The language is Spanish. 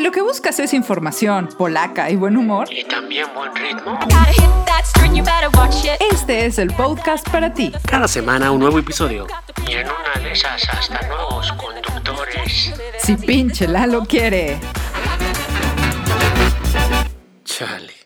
lo que buscas es información polaca y buen humor, Y también buen ritmo. Gotta hit that string, you better watch it. este es el podcast para ti. Cada semana un nuevo episodio. Y en una de esas hasta nuevos conductores. Si pinche Lalo quiere. Chale.